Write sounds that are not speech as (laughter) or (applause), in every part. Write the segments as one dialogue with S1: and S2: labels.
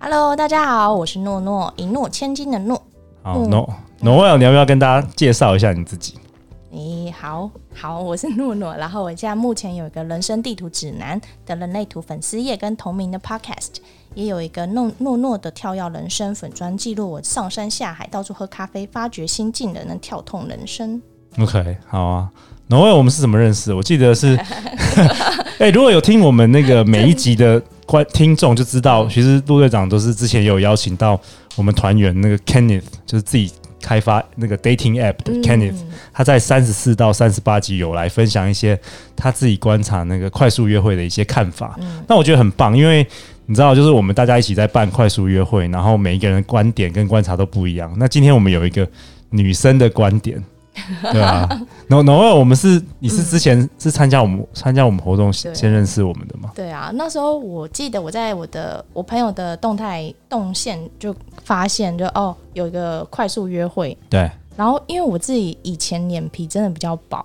S1: Hello，大家好，我是诺诺，一诺千金的诺。
S2: 好，No Noel，你要不要跟大家介绍一下你自己？
S1: 诶、好好，我是诺诺，然后我现在目前有一个人生地图指南的人类图粉丝页跟同名的 Podcast，也有一个诺诺诺的跳跃人生粉砖，记录我上山下海，到处喝咖啡，发掘新技能，能跳痛人生。
S2: OK，好啊。然后我们是怎么认识的？我记得是， (laughs) 哎、如果有听我们那个每一集的观听众就知道，其实陆队长都是之前有邀请到我们团员那个 Kenneth，就是自己开发那个 dating app 的 Kenneth，、他在三十四到三十八集有来分享一些他自己观察那个快速约会的一些看法。那我觉得很棒，因为你知道，就是我们大家一起在办快速约会，然后每一个人的观点跟观察都不一样。那今天我们有一个女生的观点，对啊。然后，然后我们是你是之前是参加我们参加我们活动
S1: 对
S2: 先认识我们的吗？
S1: 对啊，那时候我记得我在我的我朋友的动态动线就发现就，哦有一个快速约会，
S2: 对，
S1: 然后因为我自己以前脸皮真的比较
S2: (laughs)
S1: 薄，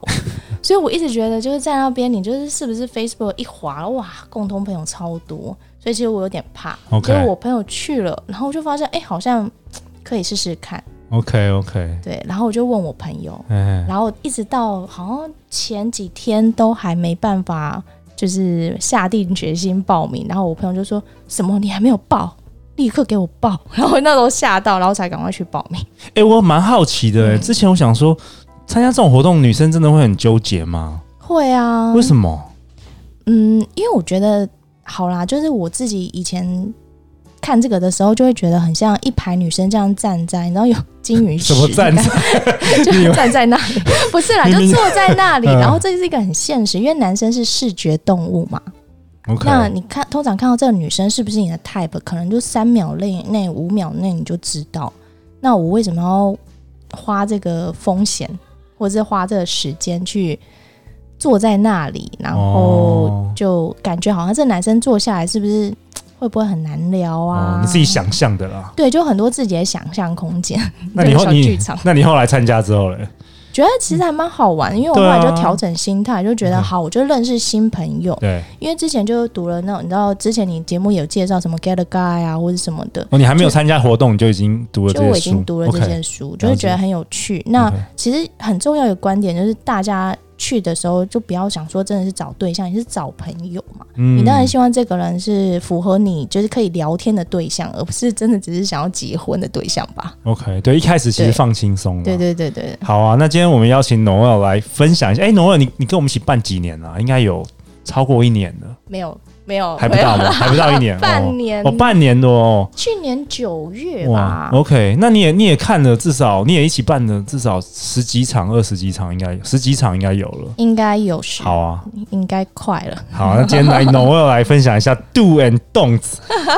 S1: 所以我一直觉得就是在那边，你就是是不是 Facebook 一滑，哇，共同朋友超多，所以其实我有点怕。
S2: OK
S1: 结果我朋友去了，然后我就发现，哎、好像嘖可以试试看，
S2: OK OK，
S1: 对。然后我就问我朋友，
S2: 哎，
S1: 然后一直到好像前几天都还没办法，就是下定决心报名。然后我朋友就说什么你还没有报，立刻给我报。 (laughs) 然后我那时候吓到，然后才赶快去报名。
S2: 哎、我蛮好奇的、
S1: 嗯
S2: 之前我想说，参加这种活动，女生真的会很纠结吗？
S1: 会啊，
S2: 为什么？
S1: 嗯，因为我觉得好啦，就是我自己以前看这个的时候，就会觉得很像一排女生这样站在，然后有金鱼
S2: 什么
S1: 池
S2: 站
S1: 感
S2: 着？你
S1: (laughs) 就
S2: 有
S1: 站在那里，不是啦，就
S2: 明明
S1: 坐在那里。
S2: 嗯
S1: 然后这是一个很现实，因为男生是视觉动物嘛。
S2: OK，哦
S1: 那你看，通常看到这个女生是不是你的 type，可能就三秒内内、五秒内你就知道。那我为什么要花这个风险，或者是花这个时间去坐在那里，然后
S2: 哦
S1: 就感觉好像这男生坐下来是不是会不会很难聊啊？
S2: 哦，你自己想象的
S1: (laughs)
S2: 啦。
S1: 对，就很多自己的想象空间。
S2: 那你
S1: 这
S2: 后
S1: 个小
S2: 你
S1: 剧场
S2: (laughs) 那你后来参加之后嘞？
S1: 觉得其实还蛮好玩，因为我后
S2: 对啊
S1: 来就调整心态，就觉得好，我就认识新朋友。
S2: 对，
S1: 因为之前就读了那种，你知道之前你节目有介绍什么 Get a Guy 啊，或者什么的，
S2: 哦，你还没有参加活动，你就已经读了这些
S1: 就
S2: 书，
S1: 我已经读了这些书，就是觉得很有趣。那
S2: OK
S1: 其实很重要的观点就是，大家去的时候就不要想说真的是找对象，你是找朋友嘛。
S2: 嗯
S1: 你当然希望这个人是符合你就是可以聊天的对象，而不是真的只是想要结婚的对象吧？
S2: OK，对，一开始其实
S1: 对
S2: 放轻松了。
S1: 对对对对。
S2: 好啊，那今天我们邀请 Noel 来分享一下。哎、n o e l 你你跟我们一起办几年了、应该有超过一年了，
S1: 没有哦没有，
S2: 还不到吗？还不到一年，
S1: (laughs) 半年
S2: 哦，哦哦半年多哦。
S1: 去年九月吧，
S2: ，OK，那你也你也看了，至少你也一起办了至少十几场、二十几场，应该有十几场应该有了。
S1: 应该有十，
S2: 好啊，
S1: 应该快了。 (laughs)
S2: 好，啊那今天来 Noel 来分享一下 do and don't。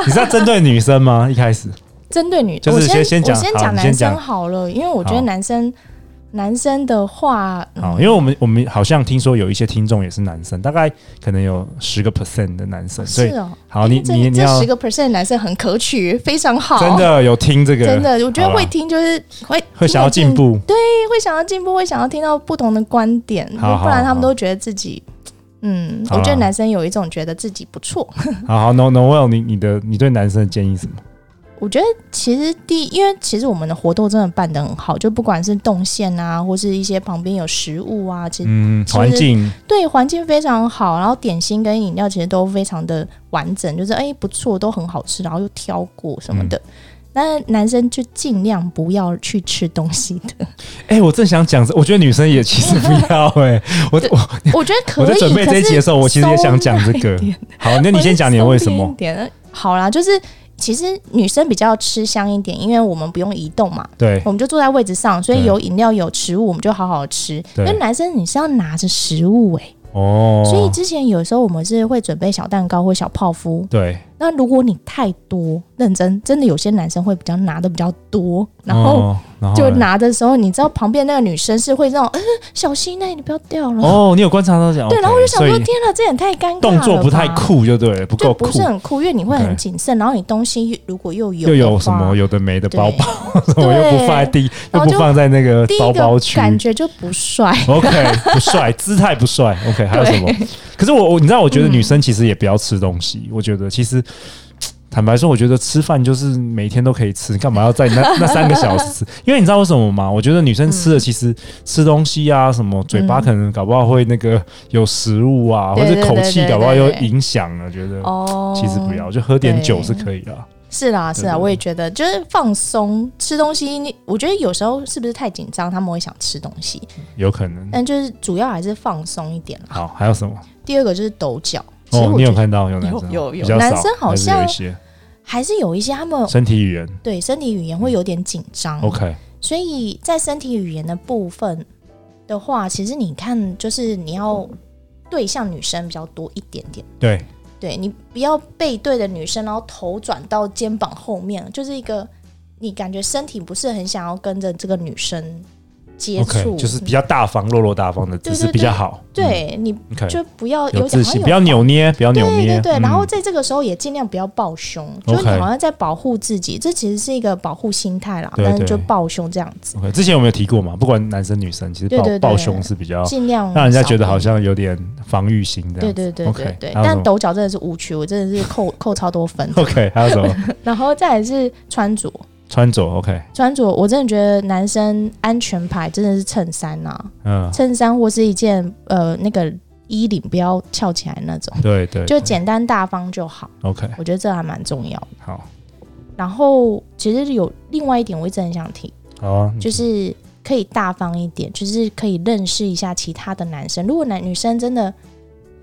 S2: 你是要针对女生吗？一 (laughs) 开始
S1: 针对女，
S2: 就是
S1: 我
S2: 先先
S1: 先
S2: 讲
S1: 我先
S2: 好
S1: 讲
S2: 你
S1: 男
S2: 先
S1: 生
S2: 讲
S1: 好了，因为我觉
S2: 好
S1: 得男生男生的话，嗯
S2: 好，因为我们我们好像听说有一些听众也是男生，大概可能有十个 percent 的男生，所以
S1: 是哦，
S2: 好，你
S1: 这
S2: 你你
S1: 这
S2: 要
S1: 十个 percent 的男生很可取，非常好，
S2: 真的有听这个，
S1: 真的，我觉
S2: 好
S1: 得
S2: 啦
S1: 会听就是会
S2: 会想要进，步。
S1: 听到会想要进步，会想要听到不同的观点，
S2: 好好
S1: 不然他们
S2: 好
S1: 都觉得自己。嗯，
S2: 好
S1: 我觉得
S2: 啦
S1: 男生有一种觉得自己不错。
S2: 好好，No Noel，你你的你对男生的建议是什么？
S1: 我觉得其实第一，因为其实我们的活动真的办得很好，就不管是动线啊，或是一些旁边有食物啊，其实
S2: 嗯，环境
S1: 对环境非常好，然后点心跟饮料其实都非常的完整，就是哎、不错，都很好吃，然后又挑过什么的。那男生就尽量不要去吃东西
S2: (laughs)
S1: 的，
S2: 哎、我正想讲这，我觉得女生也其实不
S1: (laughs)
S2: 要哎、我
S1: 对
S2: 我
S1: 我觉得可以。
S2: 我在准备这一集的时候，我其实也想讲这个
S1: 可是松一点。
S2: 好，那你先讲你的为什
S1: 松一
S2: 么？
S1: 点嗯好啦，就是其实女生比较吃香一点，因为我们不用移动嘛，
S2: 对
S1: 我们就坐在位置上，所以
S2: 对
S1: 有饮料有食物，我们就好好吃。
S2: 对
S1: 因为男生你是要拿着食物哎、
S2: 哦，
S1: 所以之前有时候我们是会准备小蛋糕或小泡芙，
S2: 对
S1: 那如果你太多，认真真的有些男生会比较拿的比较多，然后
S2: 哦然后
S1: 就
S2: 嘞
S1: 拿的时候，你知道旁边那个女生是会这种，嗯、小心那、你不要掉了。
S2: 哦，你有观察到这样？
S1: 对，然后我
S2: OK，
S1: 就想说，
S2: 所以
S1: 天哪，这也太尴尬了吧，
S2: 动作不太酷就对了，不
S1: 就
S2: 够
S1: 不
S2: 酷，
S1: 是很酷，因为你会
S2: OK
S1: 很谨慎，然后你东西如果又有
S2: 又
S1: 的
S2: 有
S1: 话
S2: 什么有的没的
S1: 对
S2: 包包， (laughs) 我又不放在第，
S1: 然
S2: 又
S1: 后
S2: 不
S1: 就
S2: 放在那个
S1: 第一
S2: 包包
S1: 个
S2: 区。
S1: 感觉就不帅，
S2: OK，不
S1: (laughs)
S2: 帅，姿态不帅。OK，还有什么？可是我我你知道，我
S1: 嗯
S2: 觉得女生其实也不要吃东西。我觉得其实坦白说，我觉得吃饭就是每天都可以吃，干嘛要在那那三个小时吃？因为你知道为什么吗？我觉得女生吃
S1: 嗯
S2: 的其实、吃东西啊，什么嘴巴可能搞不好会那个有食物啊，
S1: 对
S2: 或者口
S1: 对对
S2: 气
S1: 对
S2: 搞不好又
S1: 对
S2: 影响了。觉得
S1: 哦，
S2: (laughs) 其实不要，就喝点
S1: 对
S2: 酒是可以的。
S1: 是啦，是
S2: 对
S1: 啦，
S2: 对
S1: 我也觉得，就是放松吃东西。你我觉得有时候是不是太紧张，他们会想吃东西，
S2: 有可能。
S1: 但就是主要还是放松一点啦。
S2: 好，还有什么？
S1: 第二个就是抖脚，其实
S2: 哦，
S1: 我
S2: 你
S1: 觉
S2: 有
S1: 得
S2: 看到有男
S1: 有
S2: 生
S1: 有有
S2: 比较
S1: 男
S2: 少
S1: 生好
S2: 还是有
S1: 像哦
S2: 一些
S1: 还是有一些他们
S2: 身体语言。
S1: 对身体语言会有点紧张。
S2: 嗯 OK，
S1: 所以在身体语言的部分的话，其实你看，就是你要对向女生比较多一点点。
S2: 对，
S1: 对你不要背对着女生，然后头转到肩膀后面，就是一个你感觉身体不是很想要跟着这个女生接
S2: OK，
S1: 触，
S2: 就是比较大方、落落大方的姿势
S1: 对对
S2: 比较好。
S1: 对你
S2: 嗯，OK，
S1: 就不要
S2: 有
S1: 有
S2: 自
S1: 点好
S2: 信，
S1: 像
S2: 不要扭捏，不要扭
S1: 对
S2: 捏。
S1: 对对，然后
S2: 嗯
S1: 在这个时候也尽量不要抱胸，就是你
S2: OK
S1: 好像在保护自己，这其实是一个保护心态啦，
S2: 对
S1: 但是
S2: 对
S1: 就抱胸这样子，
S2: 嗯 OK，之前有没有提过嘛？不管男生女生，其实
S1: 对对对
S2: 抱抱胸是比较
S1: 尽量
S2: 让人家
S1: 少
S2: 觉得
S1: 碰
S2: 好像有点防御心这
S1: 对
S2: 样。
S1: 对对对
S2: OK，
S1: 对，
S2: 还有什
S1: 但
S2: 么
S1: 抖脚真的是误区，我真的是扣扣超多分的。 (laughs)
S2: OK，还有什么
S1: 然后再来是穿着，
S2: 穿着？OK，
S1: 穿着我真的觉得男生安全牌真的是衬衫呐、
S2: 嗯，
S1: 衬衫或是一件呃那个衣领不要翘起来那种，
S2: 对对，
S1: 就简单大方就好。
S2: OK，
S1: 我觉得这还蛮重要的。
S2: 好，
S1: 然后其实有另外一点我一直很想提，
S2: 好啊，你
S1: 就是可以大方一点，就是可以认识一下其他的男生。如果男女生真的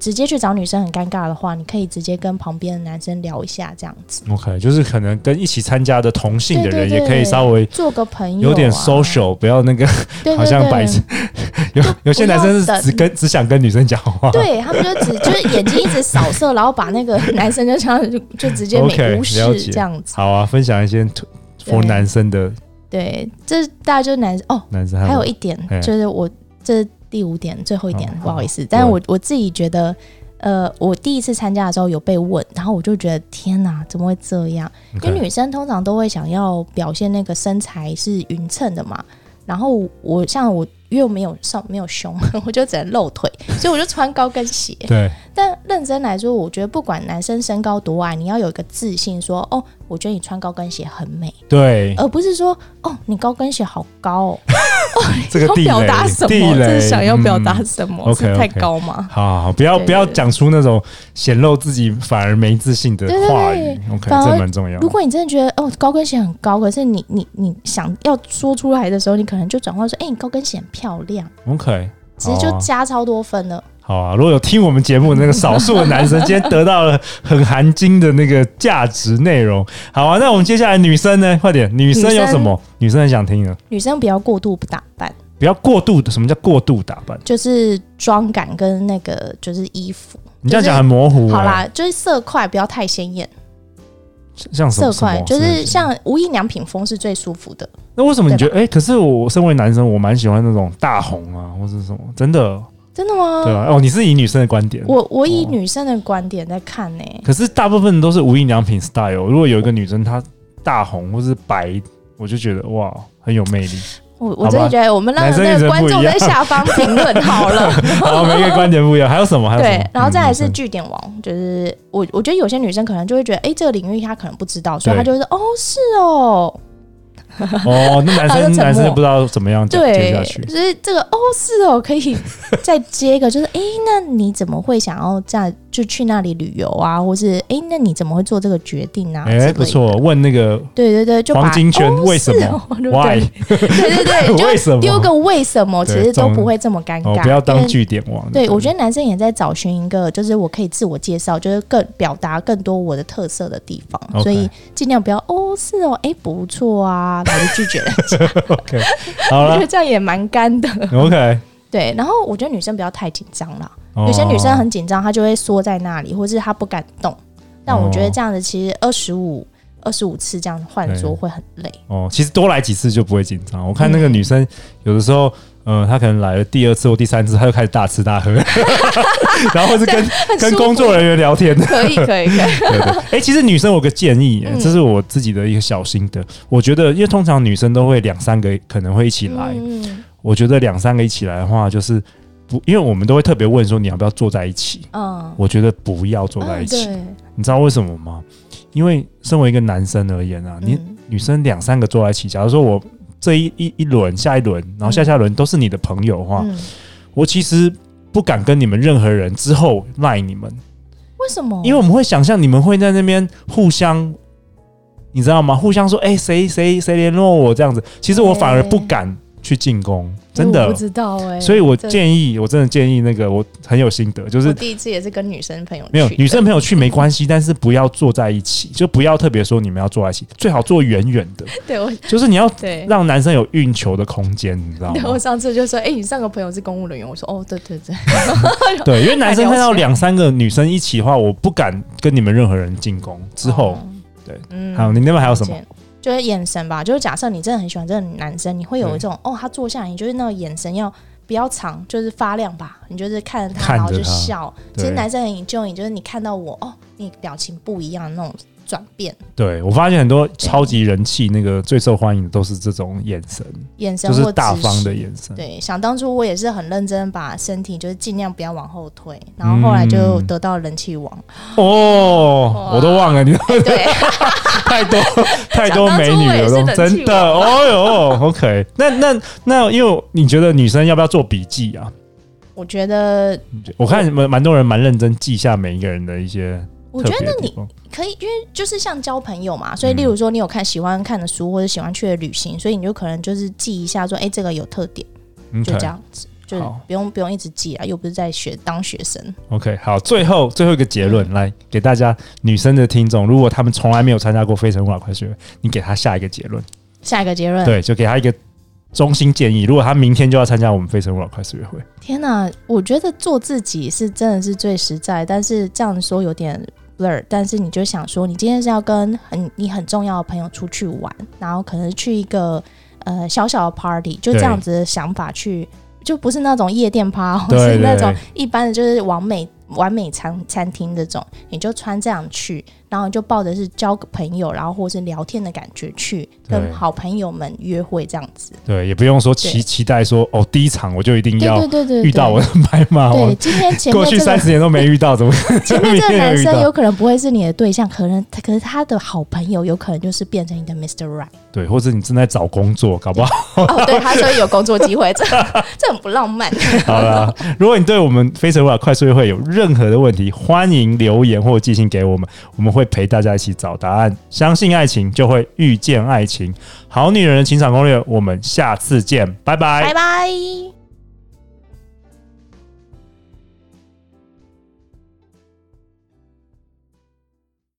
S1: 直接去找女生很尴尬的话，你可以直接跟旁边的男生聊一下，这样子
S2: OK，就是可能跟一起参加的同性的
S1: 对
S2: 人
S1: 对
S2: 也可以
S1: 对
S2: 稍微。
S1: 做个朋友、啊，
S2: 有点 social，不要那个
S1: 对对对，
S2: (laughs) 好像摆着有有些男生
S1: 不要
S2: 是只跟只想跟女生讲话，
S1: 对他们就只就是眼睛一直扫射，然后把那个 (laughs) 男生就这样就就直接
S2: OK，
S1: 没无视
S2: 了解
S1: 这样子。
S2: 好啊，分享一些 for
S1: 对
S2: 男生的
S1: 对，这大概就是男生哦，
S2: 男生
S1: 还有
S2: 一
S1: 一点
S2: 哎
S1: 就是我这是第五点最后一点，
S2: 哦
S1: 不好意思，
S2: 好
S1: 但是
S2: 对
S1: 我我自己觉得。呃，我第一次参加的时候有被问，然后我就觉得天哪，怎么会这样？因为女生通常都会想要表现那个身材是匀称的嘛。然后我像我又没有上没有胸， (laughs) 我就只能露腿，所以我就穿高跟鞋。
S2: 对
S1: 但认真来说，我觉得不管男生身高多矮，你要有一个自信说哦，我觉得你穿高跟鞋很美，
S2: 对
S1: 而不是说哦，你高跟鞋好高哦。
S2: 这个
S1: 要
S2: 地
S1: 表
S2: 雷
S1: 达什么？
S2: 地
S1: 这
S2: 雷
S1: 是想要表达
S2: 嗯
S1: 什么？
S2: OK，
S1: 是太
S2: OK
S1: 高吗？
S2: 好好好，不要
S1: 对对
S2: 不要
S1: 对
S2: 讲出那种显露自己反而没自信的
S1: 对对
S2: 话
S1: 对
S2: 语。OK，
S1: 反而
S2: 这蛮重要的
S1: 如。果你真的觉得哦，高跟鞋很高，可是你你你想要说出来的时候，你可能就转换说，哎、你高跟鞋很漂亮，
S2: OK，
S1: 其实
S2: 好
S1: 就
S2: 啊
S1: 加超多分了。
S2: 好啊。如果有听我们节目的那个少数的男生，今天得到了很含金的那个价值内容。好啊，那我们接下来女生呢？快点，女生有什么？女生很想听呢。
S1: 女生不要过度不打扮，
S2: 不要过度的，什么叫过度打扮？
S1: 就是妆感跟那个就是衣服。
S2: 你这样
S1: 就是
S2: 讲很模糊、
S1: 好
S2: 啊。
S1: 啦，就是色块不要太鲜艳，
S2: 像什么
S1: 色
S2: 什么
S1: 块就是
S2: 什么
S1: 像无印良品风是最舒服的。
S2: 那为什么你
S1: 对
S2: 觉得？哎、可是我身为男生，我蛮喜欢那种大红啊，或是什么，真的，
S1: 真的吗？
S2: 对吧、哦，你是以女生的观点，
S1: 嗯我我以
S2: 哦
S1: 女生的观点在看呢、
S2: 可是大部分都是无印良品 style。如哦果有一个女生她大红或是白，我就觉得哇，很有魅
S1: (laughs)
S2: 力。
S1: 我
S2: 好
S1: 我
S2: 吧
S1: 真的觉得我们让
S2: 男生
S1: 那
S2: 女
S1: 个
S2: 生
S1: 观
S2: 不一
S1: 众在
S2: 样
S1: 下方评论好了。
S2: 好，每个观点不一样。还有什么？还有什
S1: 对
S2: 么？，
S1: 然后再来是
S2: 嗯
S1: 据点王，就是我我觉得有些女生可能就会觉得，哎、这个领域她可能不知道，所以
S2: 对
S1: 她就会说，哦，是哦，
S2: 哦，那男
S1: 好 (laughs)
S2: 生
S1: 像沉默
S2: 男生不知道怎么样讲接下
S1: 对，
S2: 去。
S1: 就是这个哦，是哦，
S2: (laughs)
S1: 可以再接一个，就是哎、那你怎么会想要这样就去那里旅游啊，或是哎、那你怎么会做这个决定啊？
S2: 哎、
S1: 之类的
S2: 不错，，问那个
S1: 对对对，就把
S2: 黄金圈
S1: 哦
S2: 为什
S1: 是
S2: 么
S1: 哦对不对
S2: ？Why？
S1: 对对
S2: (laughs)
S1: 对，就
S2: 为什么？
S1: 丢个为什么，其
S2: 对
S1: 实都
S2: 总
S1: 不会这么尴
S2: 哦
S1: 尬，，
S2: 不要
S1: 因
S2: 当
S1: 为
S2: 据点王。
S1: 对，我觉得男生也在找寻一个，就是我可以自我介绍，就是更表达更多我的特色的地方
S2: OK
S1: 所以尽量不要哦，是哦，哎，不
S2: (laughs)
S1: 错啊，然后就拒绝了，
S2: 得 OK。好
S1: 我觉 (laughs)
S2: 了
S1: 得这样也蛮干的。 (laughs)
S2: ，OK。
S1: 对，然后我觉得女生不要太紧张啦，
S2: 哦
S1: 有些女生很紧张，她就会缩在那里，或是她不敢动，但我觉
S2: 哦
S1: 得这样子其实二十五二十五次这样换桌会很累。
S2: 哦，其实多来几次就不会紧张。我看那个女生有的时候，呃，她可能来了第二次或第三次，她就开始大吃大喝，
S1: (laughs)
S2: 然后或是跟
S1: 很
S2: 跟
S1: 舒
S2: 工
S1: 服
S2: 作人员聊天。
S1: 可以可以可以，
S2: 对对，哎、其实女生我有个建议、
S1: 嗯
S2: 哎这是我自己的一个小心得。我觉得，因为通常女生都会两三个可能会一起来，
S1: 嗯
S2: 我觉得两三个一起来的话，就是不，因为我们都会特别问说你要不要坐在一起。
S1: 嗯，
S2: 我觉得不要坐在一起，
S1: 嗯
S2: 你知道为什么吗？因为身为一个男生而言啊，
S1: 对
S2: 你
S1: 嗯
S2: 女生两三个坐在一起，假如说我这一一一轮、下一轮，然后下下轮都是你的朋友的话，
S1: 嗯
S2: 我其实不敢跟你们任何人之后赖你们，
S1: 为什么？
S2: 因为我们会想象你们会在那边互相，你知道吗？互相说，哎、谁谁谁联络我这样子，其实我反而不敢去进攻，真
S1: 我
S2: 的
S1: 不。知道哎、
S2: 所以我
S1: 这
S2: 建议，我真的建议那个我很有心得，就是
S1: 我第一次也是跟女生朋友去
S2: 没有
S1: 的
S2: 女生朋友去没关系，但是不要坐在一起，就不要特别说你们要坐在一起，最好坐远远的，
S1: (laughs) 对我
S2: 就是你要
S1: 对。
S2: 让男生有运球的空间，你知道
S1: (laughs) 对，
S2: 吗
S1: 我？上次就说，哎、你上个朋友是公务人员，我说，哦，对对对，
S2: 对，因为男生看
S1: 太
S2: 到
S1: 了解
S2: 两三个女生一起的话，我不敢跟你们任何人进攻。之后，
S1: 哦
S2: 对，
S1: 嗯
S2: 还有你那边还有什么？？
S1: 就是眼神吧，就是假设你真的很喜欢这个男生，你会有一种哦，他坐下来，你就是那个眼神要不要长，就是发亮吧，你就是看着他，
S2: 看着
S1: 然后就
S2: 他
S1: 笑。其实
S2: 对
S1: 男生很 enjoy，你就是你看到我哦，你表情不一样的那种转变，
S2: 对我发现很多超级人气那个最受欢迎的都是这种眼神，
S1: 眼神
S2: 就
S1: 或
S2: 是大
S1: 直视
S2: 方的眼神。
S1: 对，想当初我也是很认真把身体就是尽量不要往后退，然后后来就
S2: 嗯
S1: 得到人气王。
S2: 哦，
S1: 哇
S2: 我都忘了
S1: (laughs)
S2: 你
S1: 对，
S2: (laughs) 太
S1: (laughs)
S2: 多太多美女了，
S1: 讲
S2: 都
S1: 到最后也
S2: 真
S1: 是冷气
S2: 的。哦哟，OK，那那那，因为你觉得女生要不要做笔记啊？
S1: 我觉得，
S2: 我看蛮蛮多人蛮认真记下每一个人的一些
S1: 我
S2: 特
S1: 觉
S2: 别
S1: 得
S2: 的地
S1: 你
S2: 方。
S1: 可以，因为就是像交朋友嘛，所以例如说你有看喜欢看的书或者喜欢去的旅行，所以你就可能就是记一下说，哎、这个有特点，
S2: 你
S1: 就这样子，就
S2: 好
S1: 不用不用一直记啊，又不是在学当学生。
S2: OK，好，最后最后一个结论，
S1: 嗯
S2: 来给大家女生的听众，如果他们从来没有参加过《非诚勿扰》快学，你给他下一个结论，
S1: 下一个结论，
S2: 对，就给他一个中心建议。如果他明天就要参加我们《非诚勿扰》快速约会，
S1: 天哪、我觉得做自己是真的是最实在，但是这样说有点 blur。但是你就想说，你今天是要跟很你很重要的朋友出去玩，然后可能去一个呃小小的 party，就这样子的想法去，就不是那种夜店趴，或
S2: 对
S1: 是那种
S2: 对
S1: 一般的，就是完美完美餐餐厅这种，你就穿这样去，然后你就抱着是交个朋友，然后或是聊天的感觉去
S2: 对
S1: 跟好朋友们约会这样子。
S2: 对，也不用说期
S1: 对
S2: 期待说哦，第一场我就一定
S1: 对
S2: 要
S1: 对对对，对
S2: 遇到我的白马
S1: 对
S2: 王，，
S1: 今天前面
S2: 过去
S1: 这个
S2: 三十年都没遇到，怎么可能
S1: 前面这个
S2: (laughs) 明天
S1: 男
S2: 又遇
S1: 生
S2: 到
S1: 有可能不会是你的对象，可能他可是他的好朋友，有可能就是变成你的 Mr. Right。
S2: 对，或者你正在找工作，搞不好。
S1: 哦，对，他所以有工作机会，这 (laughs) 这很不浪漫。
S2: 好啦，如果你对我们《非诚勿扰》快速约会有任何的问题，欢迎留言或寄信给我们，我们会陪大家一起找答案。相信爱情，就会遇见爱情。好女人的情场攻略，我们下次见，拜拜
S1: 拜拜。